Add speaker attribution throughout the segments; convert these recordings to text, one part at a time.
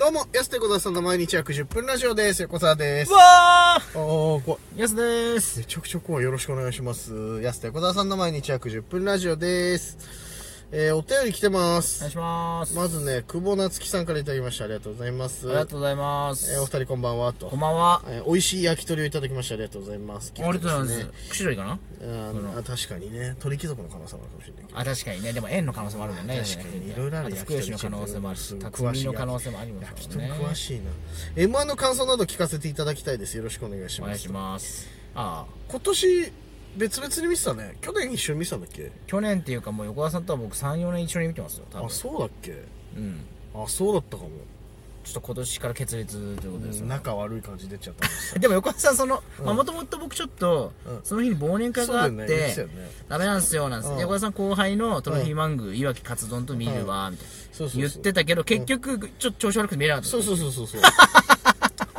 Speaker 1: どうも、安手小沢さんの毎日約10分ラジオです。横澤です。
Speaker 2: わ
Speaker 1: おー、怖い。
Speaker 2: ーやすです
Speaker 1: めちゃくちゃ怖い。よろしくお願いします。安手小沢さんの毎日約10分ラジオです。えー、お便り来てま
Speaker 2: お願い
Speaker 1: す。
Speaker 2: します、
Speaker 1: まずね、久保夏樹さんからいただきました。ありがとうございます。
Speaker 2: ありがとうございます、
Speaker 1: えーお二人こんばんは、と
Speaker 2: こん。ばんは
Speaker 1: えー美味しい焼き鳥をいただきました。ありがとうございます。
Speaker 2: ありがとうございます、
Speaker 1: ね
Speaker 2: 釧路行かな
Speaker 1: あーあ確かにね、鳥貴族の可能性もあるかもしれないけど。
Speaker 2: あ確かにねでも円の可能性もあるもんね
Speaker 1: 確かにいろいろある
Speaker 2: と
Speaker 1: 焼き
Speaker 2: 福
Speaker 1: 鳥
Speaker 2: 吉の可能性もある
Speaker 1: す
Speaker 2: し
Speaker 1: ごい
Speaker 2: 匠の可能性もあります
Speaker 1: 焼き
Speaker 2: もん
Speaker 1: 鳥
Speaker 2: ね
Speaker 1: 詳しいな。M1 の感想など聞かせていただきたいです。よろしくお願いし
Speaker 2: お
Speaker 1: ま
Speaker 2: 願い
Speaker 1: す
Speaker 2: し。ますああ
Speaker 1: 今年別々に見てたね去年一緒に見てたんだっけ
Speaker 2: 去年っていうかもう横田さんとは僕34年一緒に見てますよ多
Speaker 1: あ
Speaker 2: 分
Speaker 1: そうだっけ
Speaker 2: うん
Speaker 1: あそうだったかも、
Speaker 2: ちょっと今年から決裂ということですよ、
Speaker 1: 仲悪い感じ出ちゃったんですよ
Speaker 2: でも横田さんその
Speaker 1: うん
Speaker 2: もともと僕ちょっと、
Speaker 1: うん
Speaker 2: その日に忘年会
Speaker 1: そう
Speaker 2: が
Speaker 1: だ
Speaker 2: あ
Speaker 1: よ
Speaker 2: って、
Speaker 1: ね言ってたよね
Speaker 2: ダメなんすよなんす、
Speaker 1: うん
Speaker 2: 横田さん後輩のトロフィーマング、いわきカツ丼と見るわみたいな、
Speaker 1: そうそう
Speaker 2: 言っ
Speaker 1: そう
Speaker 2: てたけど結局ちょっと調子悪くて見れなかった
Speaker 1: そうそうそうそう そう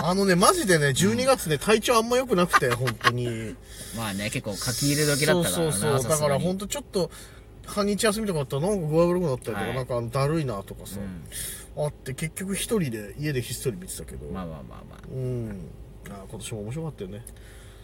Speaker 1: あのねマジでね12月ね体調あんま良くなくて本当に
Speaker 2: まあね結構書き入れ時だったから
Speaker 1: そう
Speaker 2: な
Speaker 1: そうそう
Speaker 2: さ
Speaker 1: だ
Speaker 2: す
Speaker 1: か
Speaker 2: が
Speaker 1: ら
Speaker 2: に
Speaker 1: 本当ちょっと半日休みとかあったらなんか具合悪くなったりとか、
Speaker 2: はい
Speaker 1: なんかあのだるいなとかさ、
Speaker 2: うん
Speaker 1: あって結局一人で家でひっそり見てたけど、
Speaker 2: まあまあまあまあ
Speaker 1: うんあ今年も面白かったよね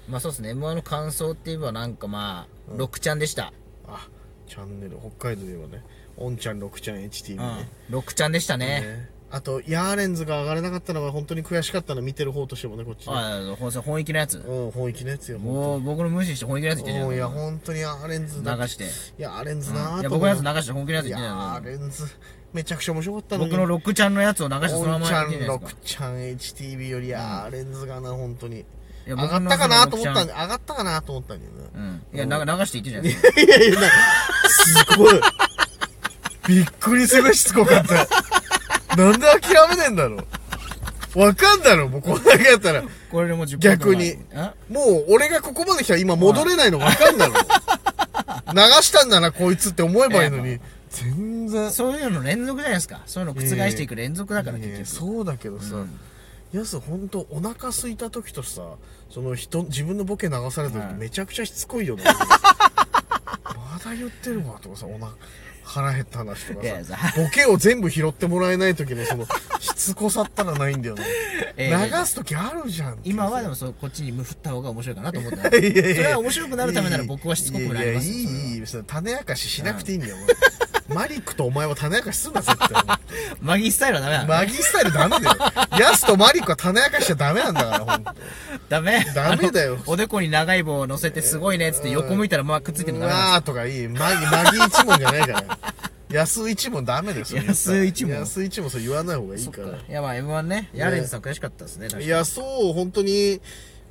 Speaker 2: まあそうですね m 1の感想って言えばなんかまあ、
Speaker 1: うん
Speaker 2: 6ちゃんでした
Speaker 1: あチャンネル北海道で言えばねおんちゃんろくちゃん HTV
Speaker 2: う
Speaker 1: ね,、
Speaker 2: ん6ちゃんでしたね
Speaker 1: ねあとヤーレンズが上がれなかったのが本当に悔しかったの見てる方としてもねこっちね
Speaker 2: ああほんと本域のやつ
Speaker 1: うん本気のやつよも
Speaker 2: もう僕の無視して本気のやつ
Speaker 1: う
Speaker 2: 言ってんじゃん
Speaker 1: いや本当にヤーレンズだ
Speaker 2: 流して
Speaker 1: ヤーレンズ
Speaker 2: うん
Speaker 1: ないー
Speaker 2: や
Speaker 1: と
Speaker 2: 僕
Speaker 1: 思
Speaker 2: の
Speaker 1: う
Speaker 2: やつ流して本気のやつ言ってんじ
Speaker 1: ヤ
Speaker 2: ゃ
Speaker 1: ー
Speaker 2: ん
Speaker 1: レンズめちゃくちゃ面白かったのに
Speaker 2: 僕の6ちゃんのやつを流してその
Speaker 1: お
Speaker 2: ま
Speaker 1: ん
Speaker 2: ま
Speaker 1: ちゃ
Speaker 2: 言っ
Speaker 1: ん
Speaker 2: てんじゃない
Speaker 1: ろ
Speaker 2: です
Speaker 1: く
Speaker 2: か
Speaker 1: ちゃん HTV よりヤーレンズがな本当に
Speaker 2: い
Speaker 1: 上
Speaker 2: や
Speaker 1: が
Speaker 2: 僕の
Speaker 1: ったかなと思ったん
Speaker 2: その六ち
Speaker 1: で上がったかなと思ったんだよね
Speaker 2: ゃんうんいやなんか流して言ってんじゃないですか
Speaker 1: いやいや、なすごい。びっくりするぐらいしつこかった。なんで諦めねえんだろう。わかんだろ、もうこんだけやったら。
Speaker 2: これでもう10分
Speaker 1: 逆に
Speaker 2: ぐらい
Speaker 1: もう俺がここまで来たら今戻れないのわかんだろ。流したんだな、こいつって思えばいいのに。全然
Speaker 2: ん。そういうの連続じゃないですかそういうのを覆していく連続だから結
Speaker 1: ねえ
Speaker 2: 局
Speaker 1: そうだけどさ、
Speaker 2: うん
Speaker 1: やすほんとお腹空いた時とさその人自分のボケ流された
Speaker 2: は
Speaker 1: 時
Speaker 2: い
Speaker 1: めちゃくちゃしつこいよね まだ言ってるわとかさお腹腹減った話とか
Speaker 2: いやいや
Speaker 1: さボケを全部拾ってもらえない時のそのしつこさったらないんだよね
Speaker 2: ええ
Speaker 1: 流す時あるじゃん
Speaker 2: 今はで
Speaker 1: も
Speaker 2: もそうこっちに振った方が面白いかなと思っ た
Speaker 1: いやいやいや
Speaker 2: それは面白くなるためなら僕はしつこくなりますよ
Speaker 1: いやいやいい
Speaker 2: それはい
Speaker 1: いいその種明かししなくていいんだよ、お前マリックとお前は種明かしすんな絶 対
Speaker 2: マギースタイルはダメなの
Speaker 1: マギースタイルダメだよ。ヤスとマリコは種明かしちゃダメなんだから、ほんと。
Speaker 2: ダメ
Speaker 1: ダメだよ
Speaker 2: あのおでこに長い棒を乗せてすごいねっつって横向いたらまあくっついてるのダメなん
Speaker 1: わーとかいい。マギ、マギ一問じゃないから。安一問ダメですよ。
Speaker 2: 安一問
Speaker 1: 安一問、そう言わない方がいい
Speaker 2: です
Speaker 1: か
Speaker 2: そっ
Speaker 1: ら
Speaker 2: か。いやまあ M1 ねヤーレンズさん悔しかったですね確か
Speaker 1: い
Speaker 2: に
Speaker 1: や、そう、本当に、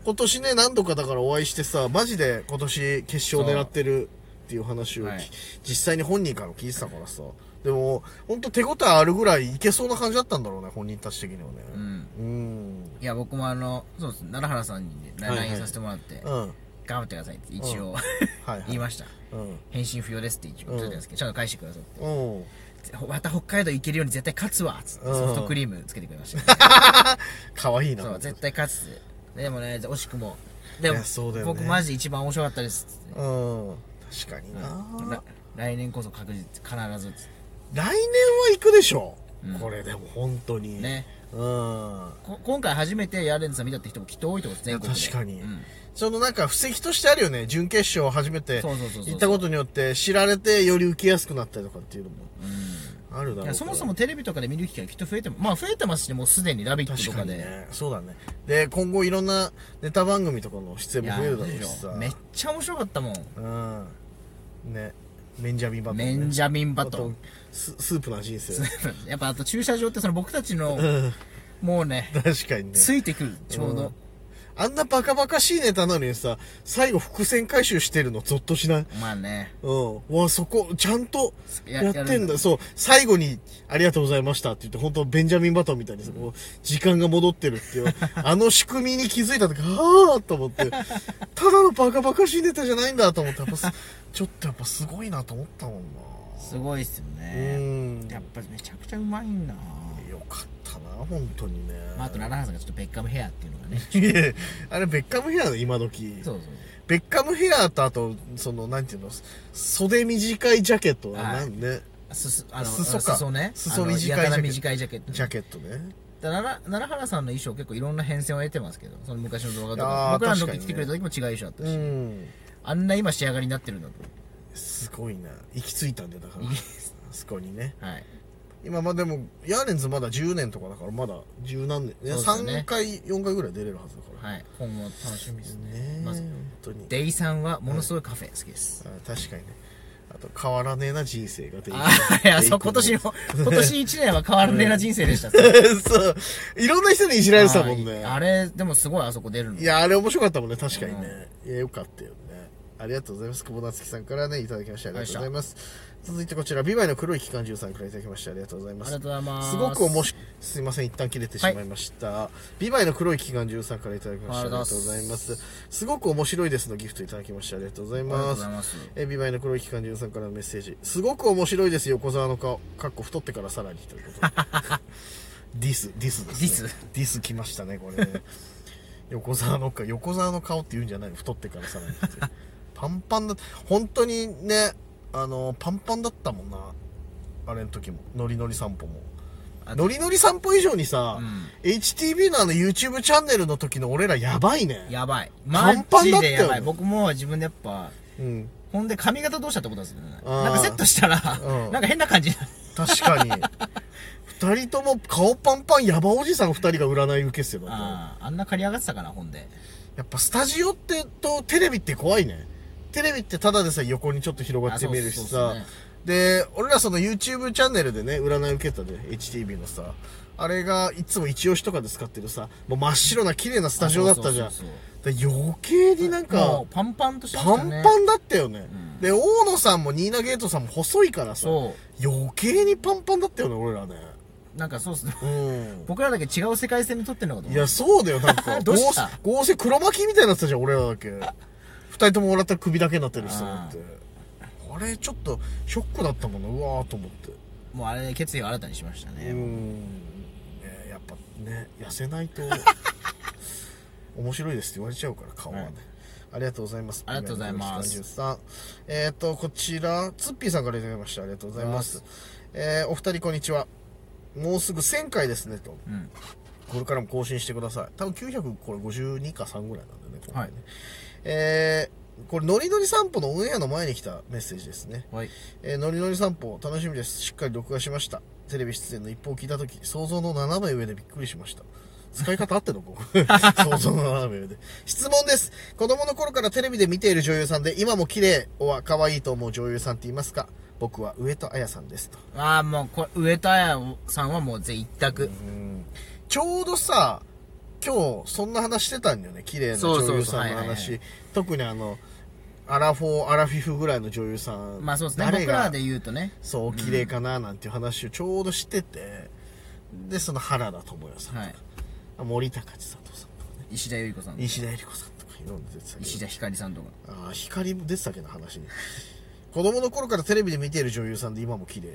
Speaker 1: 今年ね、何度かだからお会いしてさ、マジで今年決勝狙ってるっていう話をき、
Speaker 2: はい
Speaker 1: 実際に本人から聞いてたからさ。でも、本当手応えあるぐらいいけそうな感じだったんだろうね、本人たち的にはね。
Speaker 2: うん
Speaker 1: うん。
Speaker 2: いや僕もあのそうです奈良原さんにね
Speaker 1: はいはい
Speaker 2: LINE させてもらって
Speaker 1: うん。はい
Speaker 2: 頑張ってくださいって一応
Speaker 1: はい。
Speaker 2: 言いました
Speaker 1: うん。
Speaker 2: 返信不要ですって一応言ってたんですけどちゃんと返してくださいって
Speaker 1: うん。
Speaker 2: また北海道行けるように絶対勝つわっつって
Speaker 1: うん
Speaker 2: ソフトクリームつけてくれました、
Speaker 1: かわいいな。
Speaker 2: そう絶対勝つってでもね惜しくもで
Speaker 1: い
Speaker 2: も
Speaker 1: やそうだよね
Speaker 2: 僕マジで一番面白かったですっつって
Speaker 1: うん。確かにな
Speaker 2: ら。来年こそ確実必ずっつっ
Speaker 1: 来年は行くでしょ。
Speaker 2: うん
Speaker 1: これでも本当
Speaker 2: て
Speaker 1: に。
Speaker 2: ね
Speaker 1: うん。
Speaker 2: こ今回初めてヤーレンズさん見たって人もきっと多いと思うんです全国で
Speaker 1: 確かに
Speaker 2: うん
Speaker 1: そのなんか布石としてあるよね。準決勝を初めて
Speaker 2: そうそうそうそう
Speaker 1: 行ったことによって知られてより受けやすくなったりとかっていうのもあるだろう
Speaker 2: い
Speaker 1: から
Speaker 2: やそもそもテレビとかで見る機会きっと増えてもまあ増えてますしねもうすでに「ラビット!」と
Speaker 1: 確か
Speaker 2: か
Speaker 1: に
Speaker 2: で
Speaker 1: ね。そうだね。で、今後いろんなネタ番組とかの出演
Speaker 2: い
Speaker 1: も
Speaker 2: や
Speaker 1: 増えるだろ
Speaker 2: で
Speaker 1: う
Speaker 2: し
Speaker 1: し
Speaker 2: ょ
Speaker 1: さ。
Speaker 2: めっちゃ面白かったもん
Speaker 1: うん。ね。メンジャミンバトンね
Speaker 2: メンジャミンバトン
Speaker 1: ススープな人 生。
Speaker 2: やっぱあと駐車場ってその僕たちの
Speaker 1: うん
Speaker 2: もうね
Speaker 1: 確かにね。
Speaker 2: ついてくるちょうど、
Speaker 1: あんなバカバカしいネタなのにさ、最後伏線回収してるのゾッとしない
Speaker 2: まあね
Speaker 1: うん。うわ、そこ、ちゃんと
Speaker 2: や
Speaker 1: やって
Speaker 2: や
Speaker 1: ん
Speaker 2: るん
Speaker 1: だ。
Speaker 2: だ
Speaker 1: そう。最後に、ありがとうございましたって言って、本当ベンジャミン・バトンみたいにさ、こう時間が戻ってるって いう、あの仕組みに気づいた時、あーと思って、ただのバカバカしいネタじゃないんだと思って、やっぱす、ちょっとやっぱすごいなと思ったもんな。
Speaker 2: すごいっすよ
Speaker 1: う
Speaker 2: ね
Speaker 1: ん。
Speaker 2: やっぱりめちゃくちゃうまいんだな、
Speaker 1: よかったな、本当にね。
Speaker 2: まあ、あと奈良原さんがちょっとベッカムヘアっていうのがね
Speaker 1: いやあれ、ベッカムヘアの今時。
Speaker 2: そうそう
Speaker 1: ベッカムヘアとあと、その、なんていうの、袖短いジャケットは
Speaker 2: はい
Speaker 1: なんね、
Speaker 2: すすあの
Speaker 1: 裾か
Speaker 2: 裾ね
Speaker 1: 裾
Speaker 2: あの
Speaker 1: 短い
Speaker 2: やたら
Speaker 1: ジャケット
Speaker 2: 短いジャケット
Speaker 1: ジャケットね
Speaker 2: だから奈良奈良原さんの衣装結構いろんな変遷を得てますけどその昔の動画と
Speaker 1: あ
Speaker 2: か
Speaker 1: ー
Speaker 2: 僕らの
Speaker 1: 確か
Speaker 2: 時
Speaker 1: にね
Speaker 2: 来てくれた時も違う衣装だったし、
Speaker 1: うん
Speaker 2: あんな今仕上がりになってるんだと
Speaker 1: すごいな行き着いたんだよだ から
Speaker 2: いいで
Speaker 1: あそこにね
Speaker 2: はい
Speaker 1: 今まあでもヤーレンズまだ10年とかだからまだ十何年、ね
Speaker 2: そうですよね
Speaker 1: 3回4回ぐらい出れるはずだから、
Speaker 2: はい今後楽しみですね
Speaker 1: ねえ
Speaker 2: まず
Speaker 1: 本当に
Speaker 2: デイさんはものすごいカフェ好きです、
Speaker 1: あ確かにねあと変わらねえな人生ができ
Speaker 2: ああいやそう今年の今年1年は変わらねえな人生でしたって
Speaker 1: そういろんな人にいじられてたもんね
Speaker 2: あれでもすごいあそこ出るの
Speaker 1: いやあれ面白かったもんね確かにね、いやよかったよねありがとうございます久保夏樹さんからねいただきましてありがとうございます続いてこちらビバイの黒い機関銃さんからいただきましてありがとうございま
Speaker 2: あり
Speaker 1: す
Speaker 2: がとうございます
Speaker 1: すごくおもし、すいません、一旦切れてしまいました。ビバイの黒い機関13からいただきました。あ
Speaker 2: あ
Speaker 1: り
Speaker 2: り
Speaker 1: が
Speaker 2: が
Speaker 1: と
Speaker 2: と
Speaker 1: う
Speaker 2: う
Speaker 1: ござ
Speaker 2: ござ
Speaker 1: い
Speaker 2: い
Speaker 1: ま。
Speaker 2: ます
Speaker 1: すごく面白いですのギフトいただきましてありがとうございま
Speaker 2: ありがとうご
Speaker 1: す
Speaker 2: ざいます。
Speaker 1: えビバイの黒い機関13からのメッセージ。すごく面白いです、横澤の顔。かっこ太ってからさらにという ことで。ディス、ディスです、ね。
Speaker 2: ディス
Speaker 1: ディス来ましたね、こ れね。横澤の顔、横澤の顔って言うんじゃないの太ってからさらにって。パンパンだ、本当にね、あの、パンパンだったもんな。あれの時も、ノリノリ散歩も。
Speaker 2: あ
Speaker 1: ノリノリ散歩以上にさ、
Speaker 2: うん
Speaker 1: HTB のあの YouTube チャンネルの時の俺らやばいね。
Speaker 2: やばい
Speaker 1: パ
Speaker 2: マ
Speaker 1: ンパンだ
Speaker 2: ジ
Speaker 1: った
Speaker 2: で
Speaker 1: よね
Speaker 2: やばい僕も自分でやっぱ
Speaker 1: うん。
Speaker 2: ほんで髪型どうしたってことですよね
Speaker 1: あー
Speaker 2: なんかセットしたら、
Speaker 1: うん
Speaker 2: なんか変な感じになる
Speaker 1: 確かに。二人とも顔パンパンヤバおじさん二人が占い受けっすよ、だって
Speaker 2: あーあんな借り上がってたかなほんで
Speaker 1: やっぱスタジオってとテレビって怖いね。テレビってただでさえ横にちょっと広がって見えるし
Speaker 2: あそうそう
Speaker 1: さ。
Speaker 2: そうそうね
Speaker 1: で、俺らその YouTube チャンネルでね、占い受けたで、HTB のさ。あれがいつも一押しとかで使ってるさ、もう真っ白な綺麗なスタジオだったじゃん。
Speaker 2: あそうそう
Speaker 1: だから余計になん
Speaker 2: そう
Speaker 1: か
Speaker 2: も、うパンパンとしてまし
Speaker 1: パ
Speaker 2: た
Speaker 1: ン
Speaker 2: ね
Speaker 1: パンだったよね、
Speaker 2: うん
Speaker 1: で大野さんもニーナ・ゲートさんも細いからさ
Speaker 2: そ
Speaker 1: 余計にパンパンだったよね俺らね
Speaker 2: うなんかそうっすね
Speaker 1: う
Speaker 2: 僕らだけ違う世界線で撮ってんのかと
Speaker 1: んい
Speaker 2: 思う
Speaker 1: やそうだよなんか
Speaker 2: どうした
Speaker 1: 合成合成黒巻きみたいになってたじゃん俺らだけ二人とも笑ったら首だけになってるしさだ
Speaker 2: あ
Speaker 1: っ
Speaker 2: ー
Speaker 1: てあれちょっとショックだったもんねうわーと思って
Speaker 2: もうあれ決意を新たにしました
Speaker 1: う
Speaker 2: ね
Speaker 1: んねやっぱね痩せないと面白いですって言われちゃうから顔はね、
Speaker 2: はい
Speaker 1: ありがとうございます
Speaker 2: ありがとうございます
Speaker 1: 33えっ、とこちらツッピーさんからいただきましたありがとうございますえーお二人こんにちはもうすぐ1000回ですねと
Speaker 2: うん
Speaker 1: これからも更新してください多分900これ52か3ぐらいなんでね今回ね、
Speaker 2: はい
Speaker 1: えーこれノリノリ散歩のオンエアの前に来たメッセージですね
Speaker 2: はい
Speaker 1: えーノリノリ散歩楽しみですしっかり録画しましたテレビ出演の一報を聞いた時想像の斜め上でびっくりしました使い方あってんの ここ想像の斜め上で質問です子供の頃からテレビで見ている女優さんで今も綺麗は可愛いと思う女優さんっていますか僕は上戸彩さんですと
Speaker 2: ああもうこれ上田彩さんはもう全一択
Speaker 1: うんちょうどさ今日そんな話してたんだよね綺麗な
Speaker 2: そうそうそう
Speaker 1: 女優さんの
Speaker 2: はいはいは
Speaker 1: 話特にあのアラフォーアラフィフぐらいの女優さん
Speaker 2: まあそうですね
Speaker 1: 誰
Speaker 2: 僕
Speaker 1: が
Speaker 2: らで言うとね
Speaker 1: そう綺麗かななんていう話をちょうどしてて、でその原田知世さんとか、
Speaker 2: はい
Speaker 1: 森高千里さんとかね
Speaker 2: 石田ゆり子さん
Speaker 1: 石田絵理子さんとかいろんな出てたけど
Speaker 2: 石田ひかりさんとか
Speaker 1: ああ光も出てたっけど話に子供の頃からテレビで見ている女優さんで今も綺麗
Speaker 2: い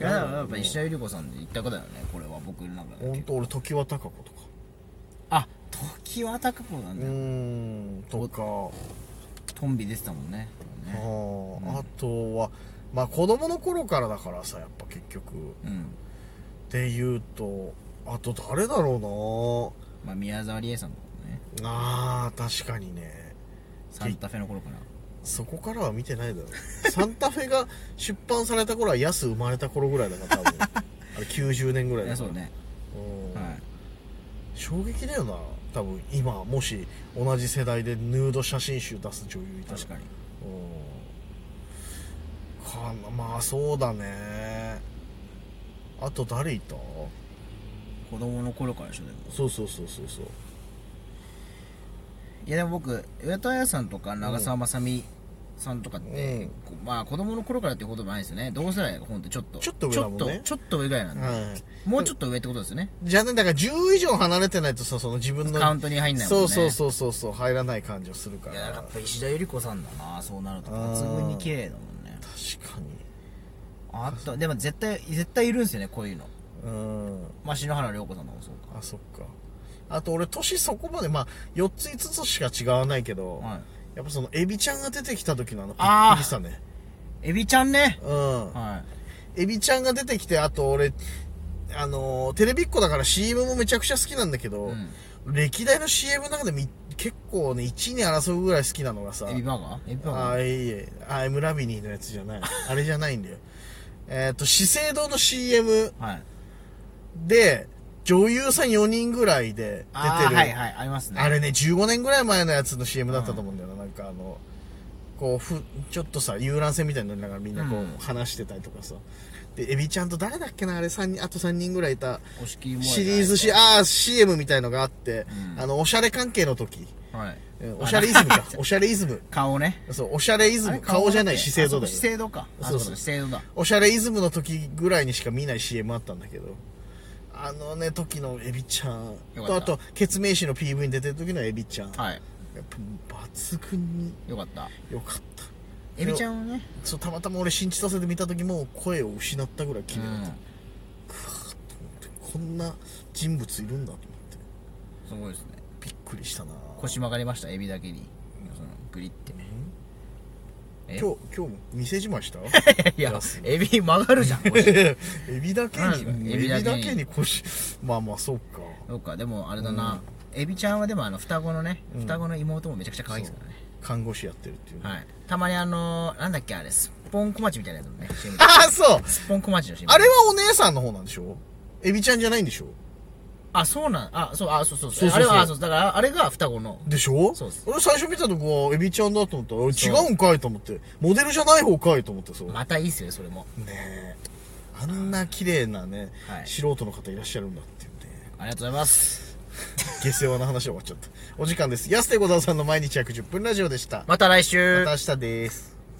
Speaker 2: やだからやっぱ石田ゆり子さんで一択だよねこれは僕の中
Speaker 1: 本
Speaker 2: で
Speaker 1: 当俺常盤貴子とか
Speaker 2: あ時は高子なん
Speaker 1: う
Speaker 2: だよ
Speaker 1: ーんとか
Speaker 2: トンビ出てたもんね
Speaker 1: あーあとはまあ子供の頃からだからさやっぱ結局
Speaker 2: うん
Speaker 1: で言うとあと誰だろ
Speaker 2: まあ宮沢りえさんとかもね
Speaker 1: うなあー確かにね
Speaker 2: サンタフェの頃かな
Speaker 1: そこからは見てないだろうサンタフェが出版された頃は安生まれた頃ぐらいだから 多分あれ90年ぐらい
Speaker 2: い
Speaker 1: だか
Speaker 2: やそ
Speaker 1: ら
Speaker 2: うね
Speaker 1: うん
Speaker 2: はい
Speaker 1: 衝撃だよな多分今もし同じ世代でヌード写真集出す女優いたら
Speaker 2: 確かに
Speaker 1: うんかなまあそうだねあと誰いた
Speaker 2: 子供の頃からでしょでも
Speaker 1: そうそうそうそうそう
Speaker 2: いやでも僕上戸彩さんとか長澤まさみさんとかって、
Speaker 1: うん
Speaker 2: こうまあ子供の頃からってこともないですよね同世代がほんとちょっと
Speaker 1: ちょっと上だもんね
Speaker 2: ちょっとちょっと上ぐらいなんで、
Speaker 1: はい
Speaker 2: もうちょっと上ってことですよね
Speaker 1: じゃあねだから10以上離れてないとさその自分の
Speaker 2: カウントに入んないもんね
Speaker 1: そうそうそうそうそう入らない感じをするから
Speaker 2: いやだからやっぱ石田ゆり子さんだなそうなると
Speaker 1: あー
Speaker 2: 抜群に綺麗だもんね
Speaker 1: 確かに
Speaker 2: あとでも絶対絶対いるんですよねこういうの
Speaker 1: うん
Speaker 2: まあ篠原涼子さんとかもそうか
Speaker 1: あそっかあと俺年そこまでまあ4つ5つしか違わないけど、
Speaker 2: はい
Speaker 1: やっぱそのエビちゃんが出てきた時のあのびっ
Speaker 2: あー
Speaker 1: くりしたね
Speaker 2: エビちゃんね
Speaker 1: うん
Speaker 2: は
Speaker 1: エビちゃんが出てきて、あと俺、あのーテレビっ子だから CM もめちゃくちゃ好きなんだけど、歴代の CM の中でみ結構ね、1位に争うぐらい好きなのがさ、
Speaker 2: エビバーガーエビバーガ
Speaker 1: あ
Speaker 2: ー
Speaker 1: ーいいえ、あエムラビニーのやつじゃない。あれじゃないんだよ。えっ、と、資生堂の CM
Speaker 2: はい。
Speaker 1: で、女優さん4人ぐらいで出てる。
Speaker 2: あーはいはい、ありますね。
Speaker 1: あれね、15年ぐらい前のやつの CM だったと思うんだよな。なんかあの、こう、ふ、ちょっとさ、遊覧船みたいに乗りながらみんなこ
Speaker 2: うん
Speaker 1: う、話してたりとかさ。で、エビちゃんと誰だっけなあれ三人、あと3人ぐらいいた。
Speaker 2: おしきもえ
Speaker 1: シリーズし、あー CM みたいのがあって、
Speaker 2: うん
Speaker 1: あの、おしゃれ関係の時。
Speaker 2: はい。
Speaker 1: うんおしゃれイズム か。おしゃれイズム。
Speaker 2: 顔ね。
Speaker 1: そう、おしゃれイズ
Speaker 2: あれ
Speaker 1: ム。顔じゃない、
Speaker 2: だっけ
Speaker 1: 姿勢像だ
Speaker 2: あそう
Speaker 1: よ
Speaker 2: 資。生堂か。あ
Speaker 1: そ
Speaker 2: そうう
Speaker 1: そう
Speaker 2: そう、資生堂だ。
Speaker 1: おしゃれイズムの時ぐらいにしか見ない CM あったんだけどあのね時のエビちゃん
Speaker 2: よ
Speaker 1: と
Speaker 2: か
Speaker 1: あ
Speaker 2: った
Speaker 1: とケツメイシの PV に出てる時のエビちゃん、
Speaker 2: はい。
Speaker 1: やっぱ抜群に
Speaker 2: よかった。
Speaker 1: 良かった
Speaker 2: エビちゃんをね。
Speaker 1: そうたまたま俺新千歳で見た時もう声を失ったぐらい綺麗だった、
Speaker 2: うん
Speaker 1: こんな人物いるんだと思って
Speaker 2: すごいですね。
Speaker 1: びっくりしたな
Speaker 2: 腰曲がりました、エビだけに。そのグリって。え
Speaker 1: 今日今日も店じまいした
Speaker 2: いや、エビ曲がるじゃん、腰。
Speaker 1: エビだけ
Speaker 2: うん
Speaker 1: にエ
Speaker 2: エ
Speaker 1: ビ
Speaker 2: ビだけに
Speaker 1: だけに腰まあまあそうか
Speaker 2: そうか、でもあれだな。エビちゃんはでもあの双子のね、
Speaker 1: うん
Speaker 2: 双子の妹もめちゃくちゃ可愛いですからね。
Speaker 1: 看護師やってるっていうね、
Speaker 2: はい。たまにあのー、なんだっけあれ、すっぽんこまちみたいなやつもね、CM で
Speaker 1: ああそう
Speaker 2: すっぽんこまちの CM。
Speaker 1: あれはお姉さんの方なんでしょエビちゃんじゃないんでしょ
Speaker 2: あ、そうなん、あ、そう、あ、そうそう
Speaker 1: そうそうそう
Speaker 2: あれは、あそう、だから、あれが双子の。
Speaker 1: でしょ
Speaker 2: そうです
Speaker 1: 俺最初見たとこはエビちゃんだと思ったら、
Speaker 2: そう
Speaker 1: あ違うんかいと思って。モデルじゃない方かいと思ってそう。ね
Speaker 2: またいいっすよね、それも。
Speaker 1: え。あんな綺麗なね、
Speaker 2: はい
Speaker 1: 素人の方いらっしゃるんだっていうね。
Speaker 2: ありがとうございます。
Speaker 1: 下世話な話は終わっちゃった。お時間です。安手小沢さんの毎日約10分ラジオでした。ま
Speaker 2: また来週。
Speaker 1: た明日です。